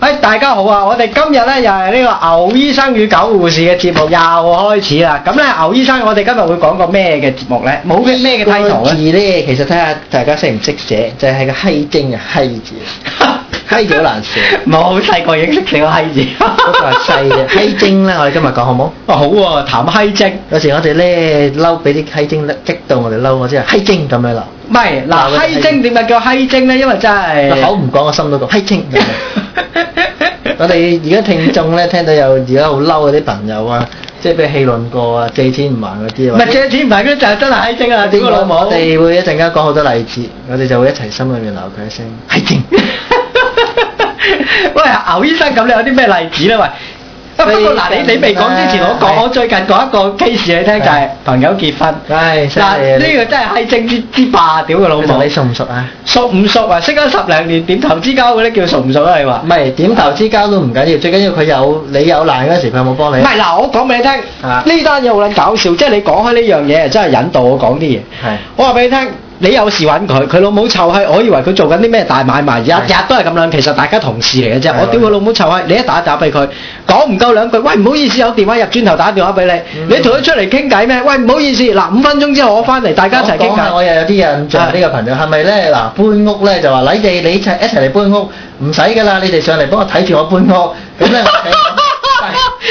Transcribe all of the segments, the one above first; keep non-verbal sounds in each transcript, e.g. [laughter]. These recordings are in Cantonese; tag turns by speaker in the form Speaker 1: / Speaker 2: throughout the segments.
Speaker 1: 喂，大家好啊！我哋今日咧又係呢個牛醫生與狗護士嘅節目又開始啦。咁咧牛醫生，我哋今日會講個咩嘅節目咧？冇嘅咩嘅 title 啊
Speaker 2: 個
Speaker 1: 咧？
Speaker 2: 字咧，其實睇下大家識唔識寫，就係、個閪精啊，閪字，閪字好難寫，
Speaker 1: [laughs] 冇細個已經識寫個閪字。哦
Speaker 2: 嗰個係
Speaker 1: [laughs]
Speaker 2: 細嘅閪精啦。我哋今日講好冇？
Speaker 1: 哇，好喎，談閪精。
Speaker 2: 有時我哋咧嬲俾啲閪精激到我哋嬲，我真係閪精咁樣啦。
Speaker 1: 唔係嗱，
Speaker 2: 嗱
Speaker 1: 閪精點解叫閪精咧？因為真
Speaker 2: 個口
Speaker 1: 係
Speaker 2: 唔講，個心都講閪精。
Speaker 1: [laughs]
Speaker 2: 我哋而家聽眾咧聽到有而家好嬲嗰啲朋友啊，即係俾氣論過啊，借錢唔還嗰啲
Speaker 1: 唔
Speaker 2: 啊。或
Speaker 1: 係
Speaker 2: 者
Speaker 1: 借錢唔係嗰啲就係真係閪精啊！屌個老母！
Speaker 2: 我哋會一陣間講好多例子，我哋就會一齊心裏面鬧佢一聲閪精。
Speaker 1: [laughs] 喂，牛醫生，咁你有啲咩例子咧？喂，啊不過嗱，你你未
Speaker 2: 啊
Speaker 1: 講之前，我講我最近講一個 case 你聽，就係朋友結婚。
Speaker 2: 唉，犀利啊
Speaker 1: 嗱，呢個真係閪精之之霸，屌個老
Speaker 2: 你同
Speaker 1: 母
Speaker 2: 你！熟唔熟啊？
Speaker 1: 熟唔熟啊？識咗十零年點頭之交嗰啲叫熟唔熟啊？你話
Speaker 2: 唔？係點投資交都唔緊要，最緊要佢有你有難嗰時，佢有冇幫
Speaker 1: 唔
Speaker 2: 你？
Speaker 1: 係嗱，我講俾你聽，
Speaker 2: 啊
Speaker 1: 呢單嘢好撚搞笑，即係你講開呢樣嘢，真係引導我講啲嘢。
Speaker 2: 係
Speaker 1: 我話俾你聽，你有事揾佢，佢老母臭閪，我以為佢做緊啲咩大買賣，日
Speaker 2: 係
Speaker 1: 日都係咁樣。其實大家同事嚟嘅啫
Speaker 2: 係，
Speaker 1: 我屌佢老母臭閪，你一打打俾佢，講唔夠兩句，喂唔好意思，有電話入轉頭打電話俾
Speaker 2: 嗯
Speaker 1: 你，你同佢出嚟傾偈咩？喂唔好意思，嗱五分鐘之後我翻嚟，大家一齊傾
Speaker 2: 講下
Speaker 1: 偈。
Speaker 2: 我又有啲印象呢個朋友係咪咧？嗱，搬屋咧就話你哋你一齊一齊嚟搬屋，唔使噶啦，你哋上嚟幫我睇住我搬
Speaker 1: [laughs]
Speaker 2: 屋，咁咧但係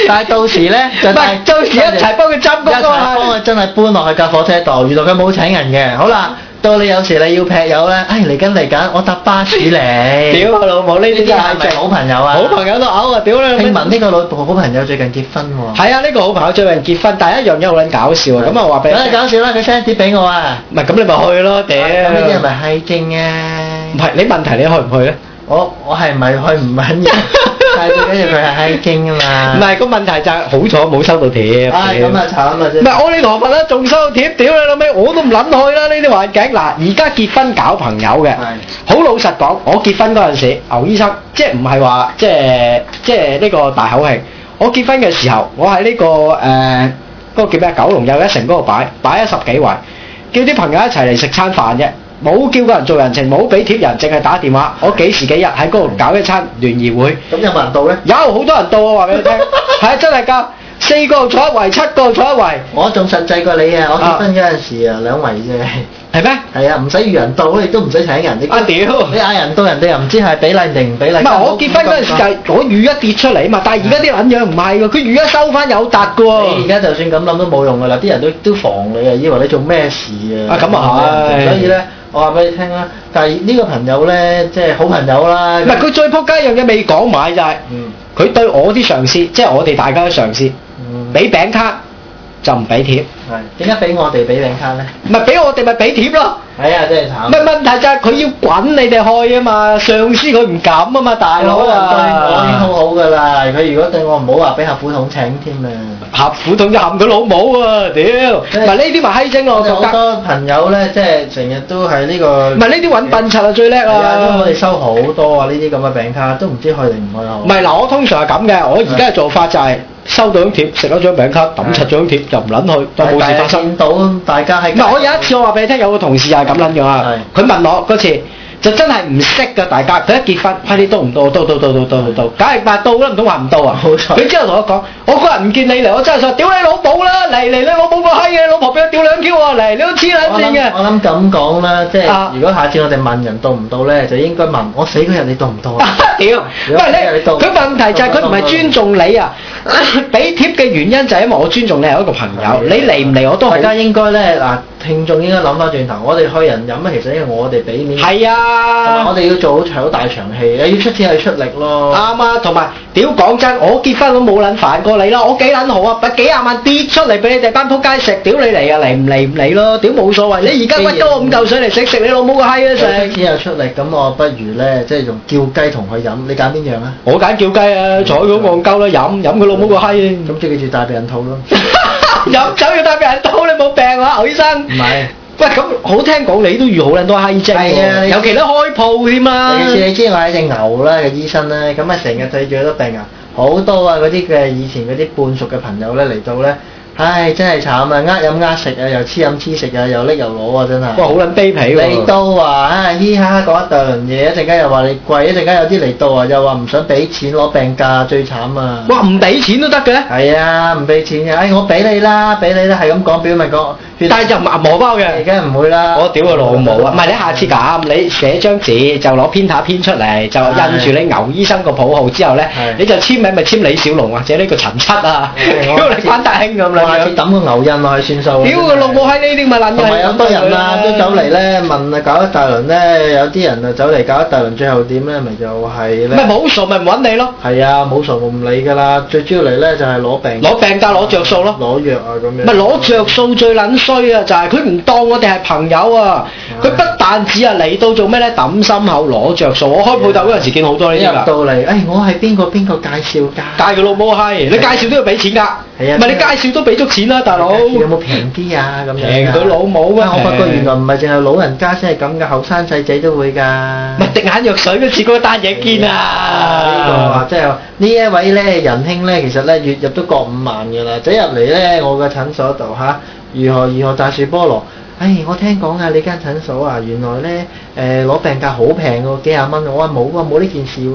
Speaker 2: 但係到時咧就
Speaker 1: 唔係到時一齊幫佢啊針
Speaker 2: 一
Speaker 1: 嗰
Speaker 2: 齊
Speaker 1: 個係
Speaker 2: 幫佢真係搬落去架火車度，原來佢冇請人嘅，好
Speaker 1: 嗯
Speaker 2: 啦。到你有時你要劈友咧，唉嚟緊嚟緊，我搭巴士嚟。
Speaker 1: 屌佢老母，呢啲真係
Speaker 2: 呢啲係咪
Speaker 1: 正
Speaker 2: 好朋友啊
Speaker 1: 好朋友都嘔啊！屌你老母
Speaker 2: 聽聞呢個老婆好朋友最近結婚喎。
Speaker 1: 係啊，呢個好朋友最近結婚，但係一樣嘢好撚搞笑啊！咁啊話俾你
Speaker 2: 唉
Speaker 1: 聽，
Speaker 2: 搞笑啦！佢 send 碟俾我啊！
Speaker 1: 唔係咁你咪去咯，屌！
Speaker 2: 咁呢啲係咪閪精啊
Speaker 1: 唔？係你問題你去唔去咧？
Speaker 2: 我我係咪去唔緊要？但係最緊要佢係閪精啊
Speaker 1: 唔
Speaker 2: 嘛。
Speaker 1: 係個問題就係好彩冇收到貼。
Speaker 2: 唉，咁啊慘啦
Speaker 1: 唔
Speaker 2: 啫。
Speaker 1: 係我呢堂份啦，仲收到貼，屌你老味，我都唔撚去啦！呢啲環境嗱，而家結婚搞朋友嘅好
Speaker 2: 係，
Speaker 1: 老實講，我結婚嗰陣時，牛醫生即係唔係話即係即係呢個大口氣。我結婚嘅時候，我喺呢、個誒嗰、個叫咩啊九龍又一城嗰度擺擺咗十幾圍，叫啲朋友一齊嚟食餐飯啫，冇叫個人做人情，冇俾貼人，淨係打電話。我幾時幾日喺嗰度搞一餐聯誼會。
Speaker 2: 咁有冇人到咧？
Speaker 1: 有好多人到，我話俾你聽，係啊真係㗎，四個坐一圍，七個坐一圍，
Speaker 2: 我仲實際過你啊！我結婚嗰陣時啊，兩圍啫。
Speaker 1: 係咩？
Speaker 2: 係啊，唔使預人到，你都唔使請人。你
Speaker 1: 啊屌
Speaker 2: 你嗌人到，人哋又唔知係俾禮定唔俾
Speaker 1: 唔
Speaker 2: 禮。
Speaker 1: 係我結婚嗰陣時就係我預一跌出嚟啊嘛，但係而家啲撚樣唔係喎，佢預一收翻有達㗎
Speaker 2: 你而
Speaker 1: 喎。
Speaker 2: 家就算咁諗都冇用噶啦，啲人都都防你啊，以為你做咩事
Speaker 1: 啊
Speaker 2: 啊？
Speaker 1: 咁啊係
Speaker 2: 所以咧，我話俾你聽啦，但係呢個朋友咧，即係好朋友啦。
Speaker 1: 唔係佢最撲街一樣嘢未講埋就係、
Speaker 2: 嗯
Speaker 1: 佢對我啲上司，即係我哋大家嘅上司，
Speaker 2: 嗯，
Speaker 1: 俾餅卡就唔俾貼，
Speaker 2: 係點解俾我哋俾領卡咧？
Speaker 1: 唔係俾我哋咪俾貼咯。
Speaker 2: 係啊，真係慘。
Speaker 1: 唔係問題就係佢要滾你哋去啊嘛，上司佢唔敢啊嘛，大佬
Speaker 2: 我已經好
Speaker 1: 啊，
Speaker 2: 好噶啦，佢如果對我唔好話，俾客苦桶請添啊！
Speaker 1: 合苦痛就冚佢老母啊！屌，唔係呢啲咪閪精咯，我
Speaker 2: 我
Speaker 1: 覺
Speaker 2: 哋好
Speaker 1: 得。
Speaker 2: 多朋友咧，即係成日都係呢個
Speaker 1: 唔係呢啲揾笨柒啊最叻
Speaker 2: 係啊，因為
Speaker 1: 啦
Speaker 2: 我！哋收好多啊呢啲咁嘅餅卡，都唔知去定唔去好
Speaker 1: 唔。係嗱，我通常係咁嘅，我而家嘅做法就係收到張貼，食咗張餅卡，抌柒張貼，就唔撚去，當冇事發生。
Speaker 2: 見到大家喺
Speaker 1: 唔係我有一次我話俾你聽，有個同事又係咁撚樣啊！佢問我嗰次就真係唔識㗎，大家佢一結婚，喂你到唔到？到到到到到到到，梗係話到啦，唔通話唔到啊？
Speaker 2: 冇錯
Speaker 1: 佢之後同我講：我個人唔見你嚟，我真係想屌你老母啦！嚟嚟你老母個閪嘅，你老婆俾我屌兩 Q 啊！嚟你都黐撚
Speaker 2: 我
Speaker 1: 線嘅
Speaker 2: 諗。我諗咁講啦，即
Speaker 1: 啊
Speaker 2: 係如果下次我哋問人到唔到咧，就應該問我死嗰日你到唔到啊？
Speaker 1: [laughs] 屌，唔係你，佢問題就係佢唔係尊重你啊！俾貼嘅原因就係因為我尊重你係一個朋友，你嚟唔嚟我都好
Speaker 2: 大。家應該咧嗱，聽眾應該諗翻轉頭，我哋去人飲咧，其實因為我哋俾面，
Speaker 1: 係
Speaker 2: 同埋
Speaker 1: 啊
Speaker 2: 我，哋要做好場好大場戲，要出錢係出力咯。
Speaker 1: 啱啊，同埋屌講真，我結婚都冇撚煩過你啦，我幾撚好啊，俾幾廿萬跌出嚟俾你哋班仆街食，屌你嚟啊，嚟唔嚟唔嚟咯，屌冇所謂，你而家屈鳩我五嚿水嚟食，食你老母個閪
Speaker 2: 有
Speaker 1: 啊
Speaker 2: 出
Speaker 1: 食！
Speaker 2: 錢又出力，咁我不如咧，即係用叫雞同佢飲，你揀邊樣啊？
Speaker 1: 我揀叫雞啊，睬佢戇鳩啦，飲飲佢老母個閪啊！
Speaker 2: 咁即係記住帶避孕套咯。
Speaker 1: [laughs] 飲酒要帶俾人刀，你冇病啊，牛醫生！
Speaker 2: 唔係。
Speaker 1: 喂，咁好聽講你都遇好撚多閪精
Speaker 2: 係啊
Speaker 1: 喎，
Speaker 2: 你
Speaker 1: 尤其都開鋪添啊啦。
Speaker 2: 尤其是你知我係一隻牛啦嘅醫生咧，咁啊成日對住好多病人，好多啊嗰啲嘅以前嗰啲半熟嘅朋友咧嚟到咧，唉，真係慘啊！呃飲呃食啊，又黐飲黐食啊，又拎又攞啊，真係。
Speaker 1: 哇，好撚卑鄙喎！
Speaker 2: 嚟到話唉嘻哈嗰一頓嘢，一陣間又話你貴，一陣間有啲嚟到啊，又話唔想俾錢攞病假，最慘啊！
Speaker 1: 哇，唔俾錢都得嘅，
Speaker 2: 係啊，唔俾錢嘅，唉，我俾你啦，俾你啦，係咁講，表咪
Speaker 1: [laughs]
Speaker 2: 講，
Speaker 1: 但係就唔係荷包
Speaker 2: 而
Speaker 1: 嘅。
Speaker 2: 家唔會啦。
Speaker 1: 我屌佢老母啊！唔係你下次咁，你寫張紙就攞編打編出嚟，就印住你牛醫生個譜號之後咧
Speaker 2: 係，
Speaker 1: 你就簽名咪簽李小龍或者呢個陳七啊，
Speaker 2: 我
Speaker 1: 屌你關大興咁
Speaker 2: 我下次
Speaker 1: 樣。
Speaker 2: 抌個牛印落去算數啦。
Speaker 1: 屌佢老母閪呢啲咪撚
Speaker 2: 同埋有好多人啊，
Speaker 1: 啦，
Speaker 2: 都走嚟。咧問啊，搞一大輪咧，有啲人啊走嚟搞一大輪，最後點咧？咪又係
Speaker 1: 咪
Speaker 2: 咧，
Speaker 1: 冇數咪唔揾你咯，
Speaker 2: 係啊，冇傻冇唔理㗎啦，最主要嚟咧就係攞病，
Speaker 1: 攞病假攞着數咯。
Speaker 2: 攞藥啊咁樣，
Speaker 1: 咪攞着數最撚衰啊！就係佢唔當我哋係朋友啊！
Speaker 2: 唉
Speaker 1: 佢不但止啊嚟到做咩咧，抌心口攞着數。我開鋪頭嗰陣時見好多呢
Speaker 2: 你入
Speaker 1: 啲
Speaker 2: 到
Speaker 1: 㗎，
Speaker 2: 嚟，誒我係邊個邊個介紹㗎？
Speaker 1: 介佢老母閪！你介紹都要俾錢㗎，
Speaker 2: 係啊
Speaker 1: 唔係你介紹都俾足錢啦，大佬。
Speaker 2: 有冇平啲啊？咁樣㗎
Speaker 1: 平佢老母啊
Speaker 2: 啊！我發覺
Speaker 1: 平
Speaker 2: 原來唔係淨係老人家先係咁㗎，後生細仔都會㗎。
Speaker 1: 咪滴眼藥水都似嗰單嘢見
Speaker 2: 呢個啊
Speaker 1: 啊！，
Speaker 2: 即係話呢一位咧仁兄咧，其實咧月入都過五萬㗎啦，走入嚟咧我嘅診所度吓，如何如何大樹菠蘿。唉、我聽講啊，你間診所啊，原來咧誒攞病假好平喎，幾廿蚊。我話冇啊，冇呢件事喎。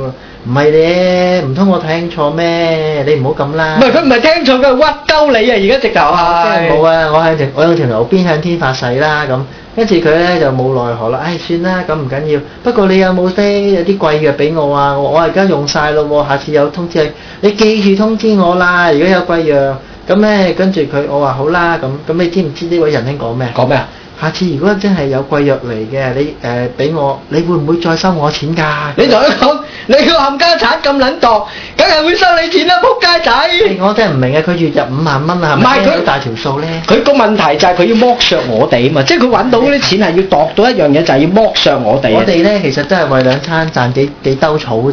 Speaker 2: 唔係咧，唔通我聽錯咩？你唔好咁啦。
Speaker 1: 唔係佢唔係聽錯，佢係屈鳩你啊！而家直頭
Speaker 2: 即係冇
Speaker 1: 係。
Speaker 2: 啊！我喺條我用條牛鞭向天發誓啦咁，跟住佢咧就冇奈何啦。唉，算啦，咁唔緊要。不過你有冇啲有啲貴藥俾我啊？我我而家用晒咯喎，下次有通知你，你記住通知我啦。如果有貴藥，咁咧跟住佢我話好啦咁，咁你知唔知呢位仁兄講咩？
Speaker 1: 講咩啊？
Speaker 2: 下次如果真係有貴藥嚟嘅，你誒俾、我，你會唔會再收我錢㗎？
Speaker 1: 你同佢講，你個冚家產咁撚度，梗係會收你錢啦，仆街仔！
Speaker 2: 我真係唔明啊！佢月入五萬蚊啊，
Speaker 1: 唔
Speaker 2: 係
Speaker 1: 係
Speaker 2: 咪
Speaker 1: 佢
Speaker 2: 聽到大條數咧？
Speaker 1: 佢個問題就係佢要剝削我哋啊嘛，即係佢揾到嗰啲錢係要度到一樣嘢，就係要剝削我哋
Speaker 2: 我
Speaker 1: 啊。
Speaker 2: 哋咧其實都係為兩餐賺幾幾兜草啫，唔
Speaker 1: 唔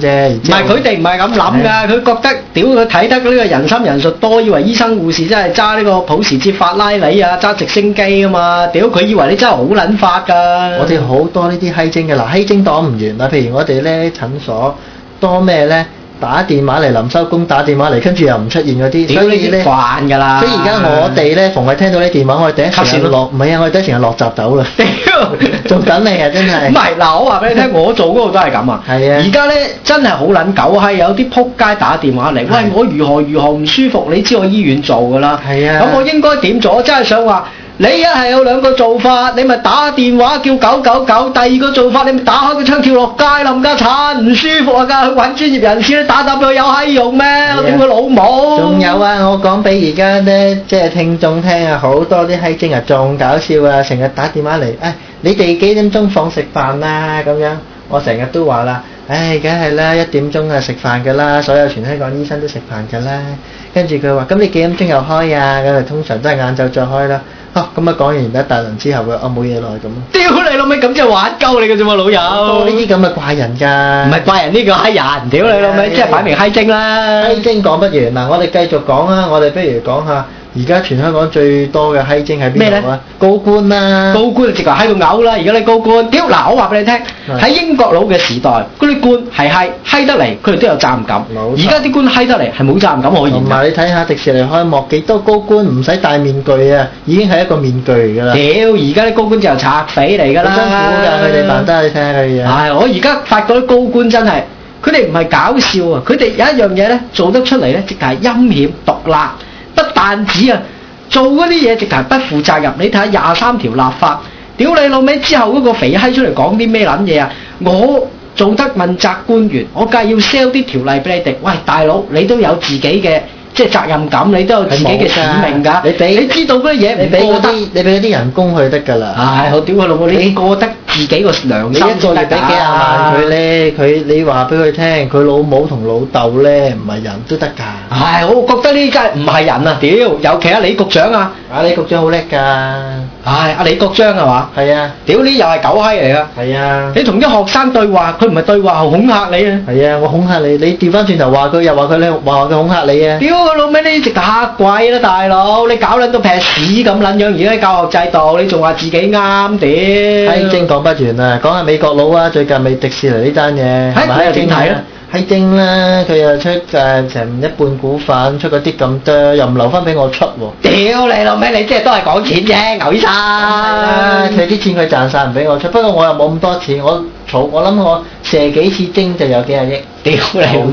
Speaker 1: 係佢哋唔係咁諗㗎，佢覺得屌佢睇得呢個人心人術多，以為醫生護士真係揸呢個保時捷法拉利啊，揸直升機啊嘛，屌佢以為你真係好撚法㗎。
Speaker 2: 我哋好多呢啲閪精嘅，嗱閪精擋唔完啦。譬如我哋咧診所多咩咧，打電話嚟臨收工打電話嚟，跟住又唔出現嗰啲，
Speaker 1: 屌
Speaker 2: 所
Speaker 1: 呢
Speaker 2: 以
Speaker 1: 啲啊
Speaker 2: 咧，
Speaker 1: 慣㗎啦。
Speaker 2: 所以而家我哋咧逢係聽到呢電話，我哋第一時
Speaker 1: 吸線
Speaker 2: 間
Speaker 1: 咯
Speaker 2: 落，唔係啊，我哋第一時間落閘走啦， [laughs]
Speaker 1: 屌
Speaker 2: 仲等你啊，真
Speaker 1: 唔
Speaker 2: 係。
Speaker 1: 係嗱，我話俾你聽，我做嗰個都係咁啊。
Speaker 2: 係啊
Speaker 1: 而家咧真係好撚狗閪，有啲撲街打電話嚟，喂
Speaker 2: 係
Speaker 1: 我如何如何唔舒服，你知我醫院做㗎啦。
Speaker 2: 係啊
Speaker 1: 咁我應該點做？我真係想話。你一係有兩個做法，你咪打電話叫九九九；第二個做法，你咪打開個窗跳落街冧家產，唔舒服啊！梗係去揾專業人士，你打打佢有閪用咩？我屌佢老母！
Speaker 2: 仲有啊！我講俾而家咧，即係聽眾聽啊，好多啲閪精啊，仲搞笑啊！成日打電話嚟，唉、你哋幾點鐘放食飯啦、咁樣，我成日都話啦，唉、梗係啦，一點鐘啊食飯㗎啦，所有全香港醫生都食飯㗎啦。跟住佢話：咁你幾點鐘又開啊？咁啊，通常都係晏晝再開啦。哦，咁啊講完一大輪之後啊，我冇嘢耐咁咯。
Speaker 1: 屌你老味，咁即係玩鳩你嘅啫嘛，老
Speaker 2: 好多
Speaker 1: 友！
Speaker 2: 呢啲咁嘅怪人㗎。
Speaker 1: 唔係怪人呢個閪人，屌你老
Speaker 2: 啊
Speaker 1: 味，即係擺明閪精啦！
Speaker 2: 閪精講不完嗱，我哋繼續講啊！我哋不如講下而家全香港最多嘅閪精喺
Speaker 1: 咩
Speaker 2: 邊度
Speaker 1: 呢
Speaker 2: 啊？高官啦、
Speaker 1: 高官直頭喺度嘔啦！而家啲高官，屌嗱，我話俾你聽，喺英國佬嘅時代，嗰啲官係閪閪得嚟，佢哋都有責任感。
Speaker 2: 冇
Speaker 1: 而
Speaker 2: 錯
Speaker 1: 家啲官閪得嚟係冇責任感可
Speaker 2: 同
Speaker 1: 言㗎。
Speaker 2: 埋你睇下迪士尼開幕幾多高官唔使戴面具啊，已經係一個面具嚟㗎啦，
Speaker 1: 屌，而家啲高官就係賊匪嚟㗎啦！
Speaker 2: 好辛苦㗎，佢哋扮得你睇下佢哋啊，
Speaker 1: 係，我而家發覺啲高官真係，佢哋唔係搞笑啊！佢哋有一樣嘢咧，做得出嚟咧，直頭係陰險毒辣，不但止啊，做嗰啲嘢直頭係不負責任。你睇下廿三條立法，屌你老味之後嗰個肥閪出嚟講啲咩撚嘢啊！我做得問責官員，我梗係要 sell 啲條例俾你哋。喂，大佬，你都有自己嘅即係責任感，你都有自己嘅使命㗎。
Speaker 2: 你俾
Speaker 1: 你知道嗰啲嘢
Speaker 2: 你
Speaker 1: 唔
Speaker 2: 俾
Speaker 1: 過
Speaker 2: 嗰
Speaker 1: 得，
Speaker 2: 啲你俾嗰啲人工佢得㗎啦，
Speaker 1: 唉，我屌佢老母，你過得自己個良
Speaker 2: 你
Speaker 1: 心
Speaker 2: 一
Speaker 1: 先
Speaker 2: 個月
Speaker 1: 得
Speaker 2: 俾
Speaker 1: 㗎
Speaker 2: 幾廿萬佢咧，佢你話俾佢聽，佢老母同老豆咧唔係人都得㗎。
Speaker 1: 唉，我覺得呢啲真係唔係人啊！屌，尤其阿李局長啊，
Speaker 2: 啊，李局長好叻㗎，
Speaker 1: 唉，阿李國章係嘛？
Speaker 2: 係啊，
Speaker 1: 屌呢又係狗閪嚟啊！
Speaker 2: 係啊。
Speaker 1: 你同啲學生對話，佢唔係對話，係恐嚇你啊！
Speaker 2: 係啊，我恐嚇你，你調翻轉頭話佢，又話佢咧，話佢恐嚇你啊！
Speaker 1: 屌佢老味，呢啲直頭嚇鬼啦，大佬！你搞撚到劈屎咁撚樣，而家教學制度，你仲話自己啱屌？
Speaker 2: 閪精講不完啊！講下美國佬啊，最近咪迪士尼呢單嘢，
Speaker 1: 係
Speaker 2: 係咪喺度
Speaker 1: 正
Speaker 2: 傾
Speaker 1: 題
Speaker 2: 偈
Speaker 1: 啊？
Speaker 2: 閪精啦，佢又出誒成一半股份，出嗰啲咁多，又唔留翻俾我出喎。
Speaker 1: 屌你老味，你即係都係講錢啫，牛醫生。
Speaker 2: 啊！佢啲錢佢賺晒唔俾我出，不過我又冇咁多錢，我儲我諗我射幾次精就有幾廿億。啊
Speaker 1: 屌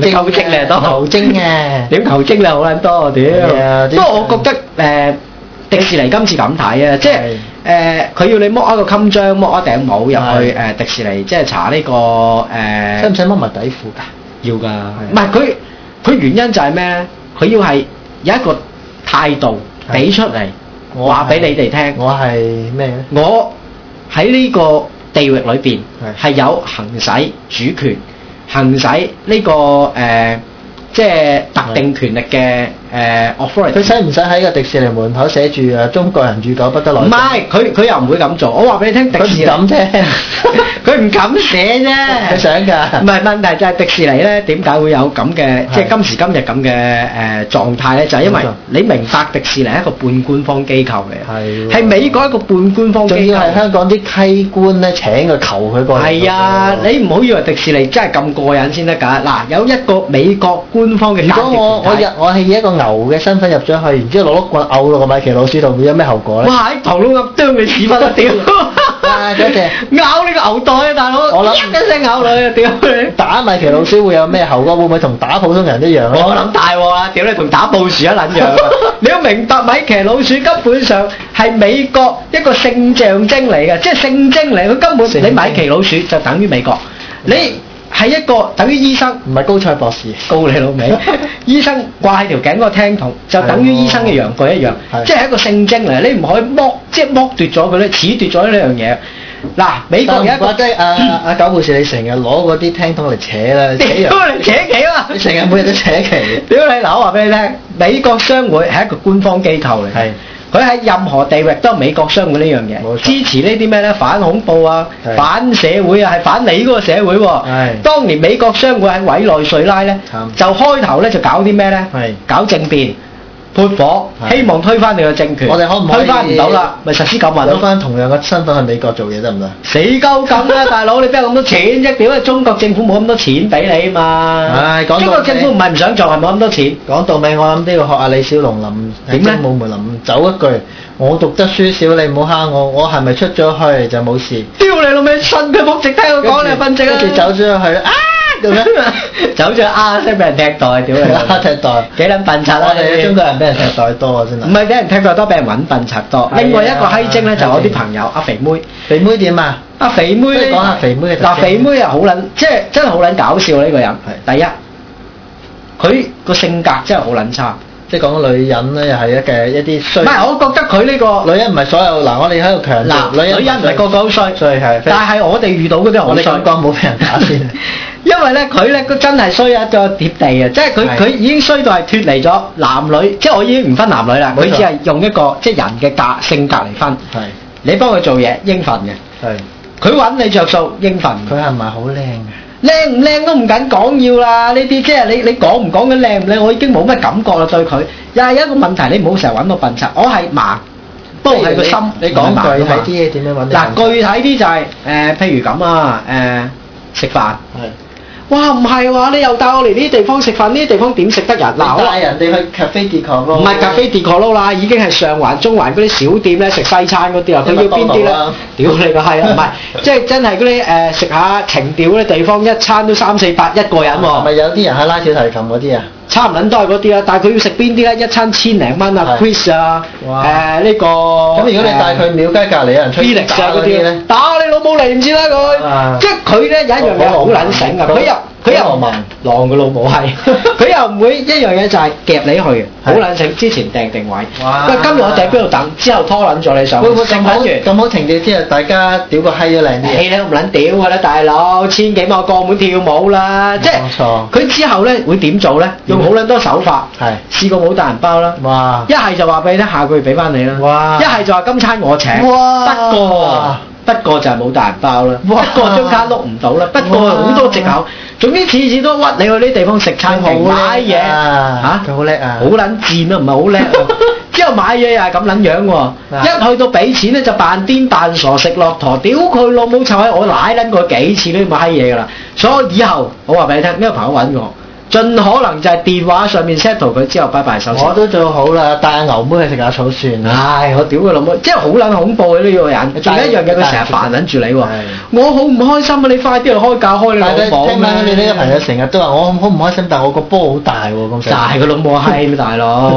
Speaker 1: [laughs] 你，牛精咧多。
Speaker 2: 牛精啊
Speaker 1: [laughs]
Speaker 2: 嘅。
Speaker 1: 屌球精量好撚多，屌
Speaker 2: 係啊！
Speaker 1: 不過我覺得誒、呃迪士尼今次咁睇啊，即係
Speaker 2: 係
Speaker 1: 誒佢要你剝一個襟章，剝一頂帽入去
Speaker 2: 係
Speaker 1: 誒、呃迪士尼，即係查呢、個誒、ờ,
Speaker 2: 使唔使剝埋底褲㗎？
Speaker 1: 要㗎。
Speaker 2: 係
Speaker 1: 唔係佢佢原因就係咩咧？佢要係有一個態度
Speaker 2: 係
Speaker 1: 俾出嚟，
Speaker 2: 我
Speaker 1: 話俾
Speaker 2: 係
Speaker 1: 你哋聽，
Speaker 2: 我係咩咧？
Speaker 1: 我喺呢個地域裏邊係
Speaker 2: 係
Speaker 1: 有行使主權、行使呢、個誒、呃即係特定權力嘅誒 authority。
Speaker 2: 佢使唔使喺個迪士尼門口寫住誒中國人住久不得來
Speaker 1: 唔係，佢佢又唔會咁做。我話俾你聽，迪士尼
Speaker 2: 佢唔敢啫
Speaker 1: [laughs] 佢唔敢寫啫。
Speaker 2: 佢想㗎
Speaker 1: 唔係問題就係迪士尼咧，點解會有咁嘅，
Speaker 2: 係
Speaker 1: 即係今時今日咁嘅誒狀態咧？就係因為
Speaker 2: 冇錯
Speaker 1: 你明白迪士尼係一個半官方機構嚟，
Speaker 2: 係喎
Speaker 1: 係美國一個半官方機
Speaker 2: 仲
Speaker 1: 構
Speaker 2: 要係。香港啲溪官咧請佢求佢過嚟。
Speaker 1: 係啊，你唔好以為迪士尼真係咁過癮先得㗎。嗱，有一個美國官方嘅
Speaker 2: 如
Speaker 1: 間
Speaker 2: 果
Speaker 1: 諜
Speaker 2: 我我
Speaker 1: 團體
Speaker 2: 入我係以一個牛嘅身份入咗去，然之後攞碌棍毆到個米奇老鼠度，會有咩後果咧？
Speaker 1: 哇！喺頭窿咁啄你屎忽啊！屌，
Speaker 2: 哇多謝
Speaker 1: [laughs] 咬你個牛袋啊，大佬！
Speaker 2: 我諗
Speaker 1: 一聲咬你啊！屌你！
Speaker 2: 打米奇老鼠會有咩後果？會唔會同打普通人一樣咧？
Speaker 1: 我諗大鑊啊啦！屌你同打布殊一撚樣 [laughs] 啊！你要明白米奇老鼠根本上係美國一個性象徵嚟嘅，即係性徵嚟，佢根本
Speaker 2: 性
Speaker 1: 你
Speaker 2: 徵
Speaker 1: 米奇老鼠就等於美國，你係一個等於醫生。
Speaker 2: 唔係高賽博士。
Speaker 1: 告你老
Speaker 2: [laughs]
Speaker 1: 味，醫生掛喺條頸嗰個聽筒，就等於醫生嘅陽具一樣，
Speaker 2: 係
Speaker 1: 即係一個性徵嚟，你唔可以剝，即係剝奪咗佢咧，褫奪咗呢樣嘢。嗱，美國有一
Speaker 2: 但
Speaker 1: 個
Speaker 2: 唔怪得阿阿啊九護士，你成日攞嗰啲聽筒嚟扯啦，扯人
Speaker 1: 屌你扯旗啊！
Speaker 2: 你成日每日都扯旗。
Speaker 1: 屌你嗱，我話俾你聽，美國商會係一個官方機構嚟，
Speaker 2: 係
Speaker 1: 佢喺任何地域都有美國商會呢樣嘢
Speaker 2: 冇，錯
Speaker 1: 支持呢啲咩咧？反恐怖啊，
Speaker 2: 係
Speaker 1: 反社會啊，係反你嗰個社會喎、
Speaker 2: 係
Speaker 1: 當年美國商會喺委內瑞拉咧
Speaker 2: 慘，
Speaker 1: 就開頭咧就搞啲咩咧
Speaker 2: 係？
Speaker 1: 搞政變。潑火，
Speaker 2: 係
Speaker 1: 希望推翻你個政權。
Speaker 2: 我哋可唔可以
Speaker 1: 推翻唔到啦？咪實施九民
Speaker 2: 揾
Speaker 1: 咯。
Speaker 2: 翻同樣嘅身份去美國做嘢得唔得？
Speaker 1: 死鳩咁啦，大佬！你邊有咁多錢啫？屌，中國政府冇咁多錢俾你嘛。
Speaker 2: 唉講到
Speaker 1: 中國政府唔係唔想做，係冇咁多錢。
Speaker 2: 講到尾，我諗都要學阿李小龍臨
Speaker 1: 點呢
Speaker 2: 喺精武門臨走一句：我讀得書少，你唔好蝦我。我係咪出咗去就冇事？
Speaker 1: 屌你老味，信佢仆直，聽佢講你分析啊！
Speaker 2: 跟住走咗去啊咁樣， [laughs]
Speaker 1: 走咗啊，聲俾人踢袋，屌 [laughs] 你老味！
Speaker 2: 啊踢袋
Speaker 1: 幾撚笨柒啊！
Speaker 2: 我哋中國人俾人踢袋多啊，真
Speaker 1: 唔
Speaker 2: 係。
Speaker 1: 係俾人踢袋多，俾人揾笨柒多。
Speaker 2: 係啊
Speaker 1: 另外一個閪精咧，就係我
Speaker 2: 係
Speaker 1: 啲朋友阿肥妹。
Speaker 2: 肥妹點啊？
Speaker 1: 阿肥妹
Speaker 2: 不
Speaker 1: 咧，
Speaker 2: 如講下肥妹嘅特徵
Speaker 1: 嗱，肥妹又好撚，即係真係好撚搞笑啊呢個人。第一，佢個性格真係好撚差。
Speaker 2: 即係講女人啊咧，又係一嘅一啲
Speaker 1: 唔
Speaker 2: 衰。
Speaker 1: 係，我覺得佢呢個
Speaker 2: 女人唔係所有嗱，我哋喺度強
Speaker 1: 嗱
Speaker 2: 調，
Speaker 1: 女人唔係個個好衰，
Speaker 2: 衰係非
Speaker 1: 但係我哋遇到嗰啲好
Speaker 2: 我哋
Speaker 1: 衰
Speaker 2: 咁。講冇俾人打先。
Speaker 1: [laughs] 因為咧，佢咧真係衰一個貼地啊！即係佢
Speaker 2: 係
Speaker 1: 佢已經衰到係脱離咗男女，即係我已經唔分男女啦。
Speaker 2: 冇
Speaker 1: 佢
Speaker 2: 錯
Speaker 1: 只係用一個即係人嘅格性格嚟分。
Speaker 2: 係
Speaker 1: 你幫佢做嘢應份嘅，
Speaker 2: 係，
Speaker 1: 佢揾你着數應份嘅。
Speaker 2: 佢係咪好靚啊？
Speaker 1: 靚唔靚都唔緊講要啦，呢啲即係你你講唔講嘅靚唔靚，我已經冇乜感覺啦對佢。又係一個問題，你唔好成日揾我笨柒，我係盲，不過係個心。
Speaker 2: 你你
Speaker 1: 唔
Speaker 2: 講
Speaker 1: 係盲㗎嘛
Speaker 2: 具體啲嘢點樣揾你
Speaker 1: 嗱，
Speaker 2: 笨
Speaker 1: 具體啲就係、誒、譬如咁啊，誒、食飯。
Speaker 2: 係。
Speaker 1: 哇，唔係話你又帶我嚟呢啲地方食飯，呢啲地方點食得人？嗱，
Speaker 2: 嗱，
Speaker 1: 我
Speaker 2: 帶人哋去 cafe d e c o
Speaker 1: 唔係咖啡店角撈啦，已經係上環、中環嗰啲小店咧食西餐嗰啲啊啦，佢要邊啲咧
Speaker 2: 麥當勞啦？
Speaker 1: 屌你個閪啊！唔
Speaker 2: [laughs]
Speaker 1: 係，即係真係嗰啲誒食下情調嗰啲地方，一餐都三四百一個人
Speaker 2: 係啊哦咪
Speaker 1: 喎，
Speaker 2: 有啲人喺拉小提琴嗰啲啊？
Speaker 1: 差唔撚都係嗰啲啦。啊但係佢要食邊啲咧？一餐千零蚊啊
Speaker 2: 係
Speaker 1: ，Chris 啊，
Speaker 2: 哇
Speaker 1: 誒呢個
Speaker 2: 咁如果你帶佢廟街隔離有人吹
Speaker 1: 哦 Felix 啊嗰啲咧，，打你老母嚟唔知啦佢，
Speaker 2: 啊
Speaker 1: 即係佢咧有一樣嘢好撚醒㗎，
Speaker 2: 好
Speaker 1: 佢又佢又
Speaker 2: 好浪
Speaker 1: 唔
Speaker 2: 漫
Speaker 1: 浪嘅老母係， [laughs] 佢又唔會一樣嘢就係夾你去嘅，好
Speaker 2: 係
Speaker 1: 撚醒。之前訂定位，
Speaker 2: 哇
Speaker 1: 喂今日我訂邊度等，之後拖撚咗你上，
Speaker 2: 會唔會
Speaker 1: 食
Speaker 2: 咁
Speaker 1: 撚
Speaker 2: 好
Speaker 1: 完。
Speaker 2: 咁好情調之後，大家屌個閪都靚啲啊
Speaker 1: 你
Speaker 2: 嘢？
Speaker 1: 都唔撚屌㗎啦，大佬，千幾萬過門跳舞啦，即係
Speaker 2: 冇錯
Speaker 1: 佢之後咧會點做咧？用好撚多手法，
Speaker 2: 係
Speaker 1: 試過冇大人包啦，
Speaker 2: 哇
Speaker 1: 一！係就話俾你聽，下個月俾翻你啦。
Speaker 2: 啊哇
Speaker 1: 一係就話今餐我請。
Speaker 2: 哇
Speaker 1: 不過不過就係冇大人包啦。
Speaker 2: 哇
Speaker 1: 不過張卡碌唔到啦。不過
Speaker 2: 哇
Speaker 1: 好多藉口。總之次次都屈你去呢地方食餐
Speaker 2: 佢好
Speaker 1: 廳買
Speaker 2: 叻
Speaker 1: 嘢
Speaker 2: 啊
Speaker 1: 嚇，
Speaker 2: 佢好叻啊 [laughs]
Speaker 1: 好撚賤啊，唔係好叻啊。之後買嘢又係咁撚樣
Speaker 2: 啊
Speaker 1: 喎，一去到俾錢咧就扮癲扮傻食落陀，屌佢老母臭閪！我奶撚過幾次呢啲閪嘢㗎啦，所以以後我話俾你聽，呢個朋友揾我，盡可能就係電話上面 settle 佢之後拜拜收線。
Speaker 2: 我都做好啦，帶牛妹去食下草算啦。
Speaker 1: 唉，我屌佢老母，真係好撚恐怖嘅呢個人。仲有一樣嘢，佢成日煩撚住你喎
Speaker 2: 係。
Speaker 1: 我好唔開心啊！你快啲去開教開你
Speaker 2: 但係
Speaker 1: 老母
Speaker 2: 聽翻你呢個朋友
Speaker 1: 咩？
Speaker 2: 成日都話我好唔開心，但我個波好大喎咁
Speaker 1: [laughs] 就係個老母閪咩
Speaker 2: [laughs]
Speaker 1: 大佬？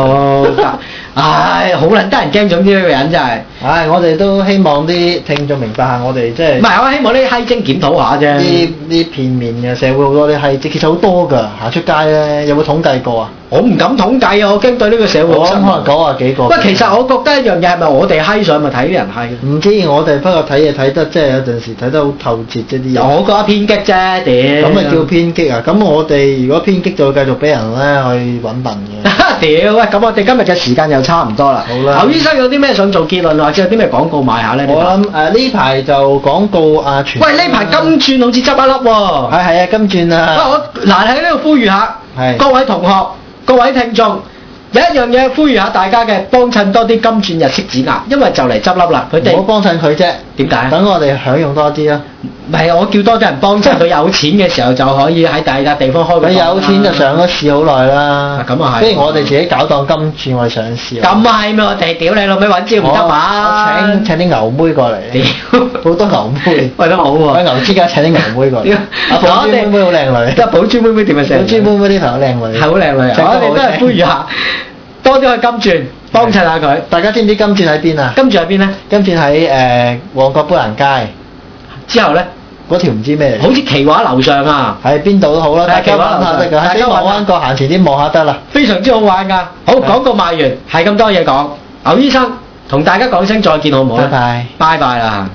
Speaker 1: 唉，好撚得人驚，總之呢個人真係。
Speaker 2: 唉，我哋都希望啲聽眾明白下，我哋即係
Speaker 1: 唔係，我希望呢啲閪精檢討下啫。
Speaker 2: 呢呢片面嘅社會好多啲係，其實好多㗎，行出街咧有冇統計過啊？
Speaker 1: 我唔敢統計啊，我驚對呢個社會
Speaker 2: 我
Speaker 1: 好失
Speaker 2: 諗可能
Speaker 1: 望。
Speaker 2: 九啊幾個。
Speaker 1: 喂，其實我覺得一樣嘢係咪我哋閪上咪睇啲人閪？
Speaker 2: 唔知我哋不過睇嘢睇得即係有陣時睇得好透徹啫啲嘢，
Speaker 1: 我覺得偏激啫，屌。
Speaker 2: 咁咪叫偏激啊！咁我哋如果偏激就會繼續俾人咧去揾笨嘅。
Speaker 1: [laughs] 屌喂，咁我哋今日嘅時間又差唔多啦。
Speaker 2: 好啦
Speaker 1: 牛醫生有啲咩想做結論，或者有啲咩廣告賣下咧？
Speaker 2: 我諗誒呢排就廣告啊全。
Speaker 1: 喂，呢排金鑽好似執一粒喎。
Speaker 2: 係係啊金鑽
Speaker 1: 喂，
Speaker 2: 啊，
Speaker 1: 我嗱喺呢度呼籲下
Speaker 2: 係
Speaker 1: 各位同學、各位聽眾，有一樣嘢呼籲下大家嘅，幫襯多啲金鑽日式指壓，因為就嚟執笠啦。佢
Speaker 2: 唔好
Speaker 1: 哋
Speaker 2: 幫襯佢啫。
Speaker 1: 點解
Speaker 2: 等我哋享用多啲啦。
Speaker 1: 唔係我叫多啲人幫襯，佢有錢嘅時候就可以喺第二笪地方開個檔
Speaker 2: 佢
Speaker 1: 啦。
Speaker 2: 有錢就上咗市好耐啦
Speaker 1: 啊。咁啊係
Speaker 2: 不如我哋自己搞檔金鑽，我哋上市。
Speaker 1: 咁係咩？我哋屌你老味揾招唔得嘛？
Speaker 2: 我我哦請請啲牛妹過嚟，
Speaker 1: 屌，
Speaker 2: 好多牛妹。
Speaker 1: 喂都好
Speaker 2: 我
Speaker 1: 喎。
Speaker 2: 牛之家請啲牛妹過嚟
Speaker 1: 屌，
Speaker 2: 阿寶珠妹妹好靚女
Speaker 1: 即。係寶珠妹妹點啊？
Speaker 2: 寶
Speaker 1: 成
Speaker 2: 珠妹妹啲朋友靚女。
Speaker 1: 係好靚女啊！
Speaker 2: 真係好
Speaker 1: 我哋都係
Speaker 2: 正
Speaker 1: 呼籲下，多啲去金鑽幫襯下佢。
Speaker 2: 大家知唔知金鑽喺邊啊？
Speaker 1: 金鑽喺邊咧？
Speaker 2: 金鑽喺誒旺角砵蘭街
Speaker 1: 之後咧，
Speaker 2: 嗰條唔知咩嚟，
Speaker 1: 好似奇畫樓上啊，
Speaker 2: 喺邊度都好啦，
Speaker 1: 係
Speaker 2: 大家
Speaker 1: 其他
Speaker 2: 揾下得㗎。
Speaker 1: 大
Speaker 2: 喺
Speaker 1: 家
Speaker 2: 啲
Speaker 1: 玩下
Speaker 2: 灣角行前啲望下得啦。
Speaker 1: 非常之好玩㗎。好，
Speaker 2: 係
Speaker 1: 廣告賣完，係咁多嘢講。牛醫生同大家講聲再見好唔好咧？啊
Speaker 2: 拜拜
Speaker 1: 拜拜啦。